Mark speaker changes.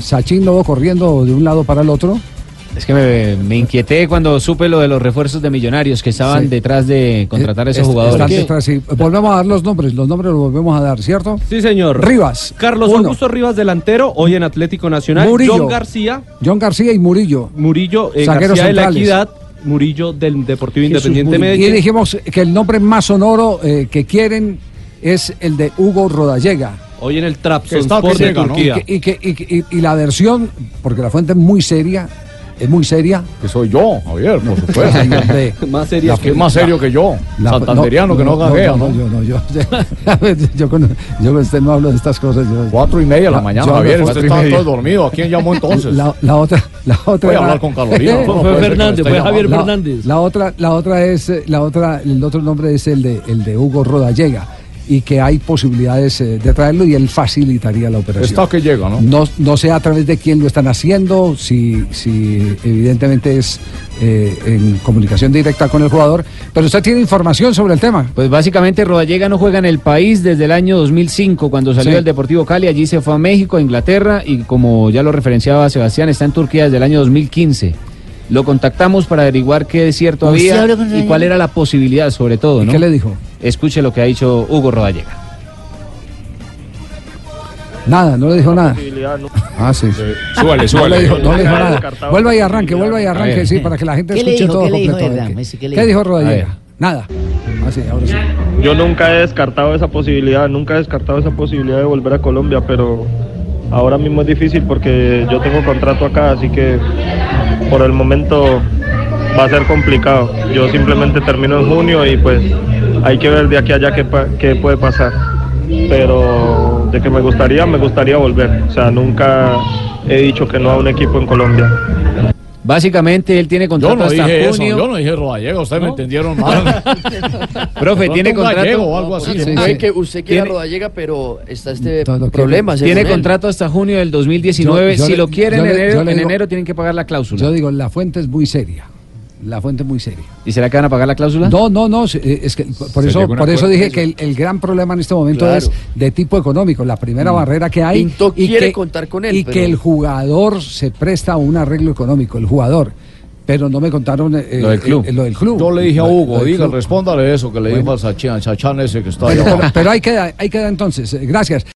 Speaker 1: Sachin Lobo corriendo de un lado para el otro.
Speaker 2: Es que me, me inquieté cuando supe lo de los refuerzos de millonarios que estaban
Speaker 1: Sí. Eh,
Speaker 2: detrás de contratar a esos jugadores.
Speaker 1: Están detrás, sí. Volvemos a dar los nombres, los nombres los volvemos a dar, ¿cierto?
Speaker 3: Sí, señor.
Speaker 1: Rivas.
Speaker 3: Carlos
Speaker 1: uno.
Speaker 3: Augusto Rivas, delantero, hoy en Atlético Nacional.
Speaker 1: Murillo.
Speaker 3: John García,
Speaker 1: John García y Murillo.
Speaker 3: Murillo, eh,
Speaker 1: Zagueros
Speaker 3: García de la
Speaker 1: centrales.
Speaker 3: Equidad, Murillo del Deportivo
Speaker 1: Jesús
Speaker 3: Independiente
Speaker 1: Murillo.
Speaker 3: Medellín.
Speaker 1: Y dijimos que el nombre más sonoro eh, que quieren es el de Hugo Rodallega.
Speaker 3: Hoy en el
Speaker 4: está
Speaker 3: Trabzonspor de
Speaker 4: Ortega, ¿no?
Speaker 3: Turquía.
Speaker 1: Y, que- y que- y- y la versión, porque la fuente es muy seria, es muy seria.
Speaker 4: Que soy yo, Javier, por supuesto.
Speaker 1: De-
Speaker 3: Más serio
Speaker 4: que es más serio que yo.
Speaker 1: la-
Speaker 4: Santanderiano que no gaguea, ¿no?
Speaker 1: yo no, yo, a ver, yo con, yo con usted no hablo de estas cosas. yo-
Speaker 4: Cuatro y media de la
Speaker 1: No,
Speaker 4: mañana,
Speaker 1: yo no,
Speaker 4: Javier.
Speaker 1: cuatro
Speaker 4: Usted
Speaker 1: y
Speaker 4: estaba
Speaker 1: media.
Speaker 4: todo dormido. ¿A quién llamó entonces?
Speaker 1: la, la otra, la otra
Speaker 4: Voy a
Speaker 1: era-
Speaker 4: hablar con Carolina.
Speaker 1: Eh,
Speaker 4: No, no
Speaker 5: Fue
Speaker 4: puede ser que me
Speaker 5: Fernández,
Speaker 4: esté
Speaker 5: fue
Speaker 4: llamando.
Speaker 5: Javier
Speaker 1: la,
Speaker 5: Fernández.
Speaker 1: la otra, la otra es, eh, la otra, el otro nombre es el de, el de Hugo Rodallega y que hay posibilidades eh, de traerlo y él facilitaría la operación.
Speaker 4: Está que llega, ¿no?
Speaker 1: No, no sé a través de quién lo están haciendo, si, si evidentemente es eh, en comunicación directa con el jugador, pero usted tiene información sobre el tema.
Speaker 2: Pues básicamente Rodallega no juega en el país desde el año 2005 cuando salió
Speaker 1: Sí.
Speaker 2: del Deportivo Cali, allí se fue a México, a Inglaterra y como ya lo referenciaba Sebastián, está en Turquía desde el año 2015. Lo contactamos para averiguar qué es cierto
Speaker 6: ¿Usted
Speaker 2: había
Speaker 6: habló con
Speaker 2: y
Speaker 6: Rodallega?
Speaker 2: cuál era la posibilidad sobre todo,
Speaker 1: ¿Y
Speaker 2: ¿no?
Speaker 1: ¿Qué le dijo?
Speaker 2: Escuche lo que ha dicho Hugo Rodallega.
Speaker 1: Nada, no le dijo nada. Ah, sí. sí.
Speaker 4: Súbale,
Speaker 1: No le
Speaker 4: súbale.
Speaker 1: dijo, no le dijo nada. Vuelva y arranque, vuelva y
Speaker 2: A
Speaker 1: arranque,
Speaker 2: ver.
Speaker 1: sí, para que la gente
Speaker 6: ¿Qué le
Speaker 1: escuche
Speaker 6: dijo?
Speaker 1: todo
Speaker 6: ¿Qué le dijo
Speaker 1: completo. a ver,
Speaker 6: Abraham?
Speaker 1: ¿qué-
Speaker 6: Ese, ¿qué
Speaker 1: ¿Qué,
Speaker 6: le
Speaker 1: dijo
Speaker 6: dijo?
Speaker 2: A ver.
Speaker 1: Rodallega? Nada. Ah, sí, ahora sí.
Speaker 7: Yo nunca he descartado esa posibilidad, nunca he descartado esa posibilidad de volver a Colombia, pero ahora mismo es difícil porque yo tengo contrato acá, así que por el momento va a ser complicado. Yo simplemente termino en junio y pues hay que ver de aquí a allá qué, pa- qué puede pasar. Pero de que me gustaría, me gustaría volver. O sea, nunca he dicho que no a un equipo en Colombia.
Speaker 2: Básicamente él tiene
Speaker 4: Yo
Speaker 2: contrato
Speaker 4: no
Speaker 2: hasta
Speaker 4: dije eso,
Speaker 2: junio.
Speaker 4: yo no dije Rodallega, ustedes me entendieron mal.
Speaker 2: Profe,
Speaker 4: Pronto
Speaker 2: tiene
Speaker 4: un gallego o
Speaker 2: contrato.
Speaker 4: algo así.
Speaker 1: Sí,
Speaker 4: ¿no?
Speaker 1: sí.
Speaker 8: Puede que usted quiera
Speaker 2: Tiene-
Speaker 8: Rodallega, pero está este
Speaker 1: Todo lo que-
Speaker 8: problema.
Speaker 2: Tiene
Speaker 8: según él.
Speaker 2: contrato hasta junio del 2019.
Speaker 1: Yo- yo
Speaker 2: si
Speaker 1: le-
Speaker 2: lo quieren
Speaker 1: yo
Speaker 2: en
Speaker 1: le-
Speaker 2: enero,
Speaker 1: yo le
Speaker 2: en
Speaker 1: digo-
Speaker 2: enero tienen que pagar la cláusula.
Speaker 1: Yo digo, la fuente es muy seria. La fuente es muy seria.
Speaker 2: ¿Y será que van a pagar la cláusula?
Speaker 1: No, no, no, se- eh, es que por
Speaker 4: Se
Speaker 1: eso,
Speaker 4: llegó a un
Speaker 1: por eso
Speaker 4: acuerdo,
Speaker 1: dije
Speaker 4: eso.
Speaker 1: que el, el gran problema en este momento
Speaker 8: Claro.
Speaker 1: es de tipo económico, la primera barrera que hay.
Speaker 8: Pinto quiere
Speaker 1: que,
Speaker 8: contar con él,
Speaker 1: Y
Speaker 8: pero-
Speaker 1: que el jugador se presta a un arreglo económico, el jugador. Pero no me contaron eh,
Speaker 2: Lo del club.
Speaker 1: eh, lo del club.
Speaker 4: Yo le dije a
Speaker 1: Lo- lo
Speaker 4: Hugo,
Speaker 1: del
Speaker 4: diga,
Speaker 1: club.
Speaker 4: respóndale eso que le
Speaker 1: Bueno.
Speaker 4: dijo al Sachán, Sachán ese que está ahí.
Speaker 1: Pero, pero ahí queda, ahí queda entonces. Eh, Gracias.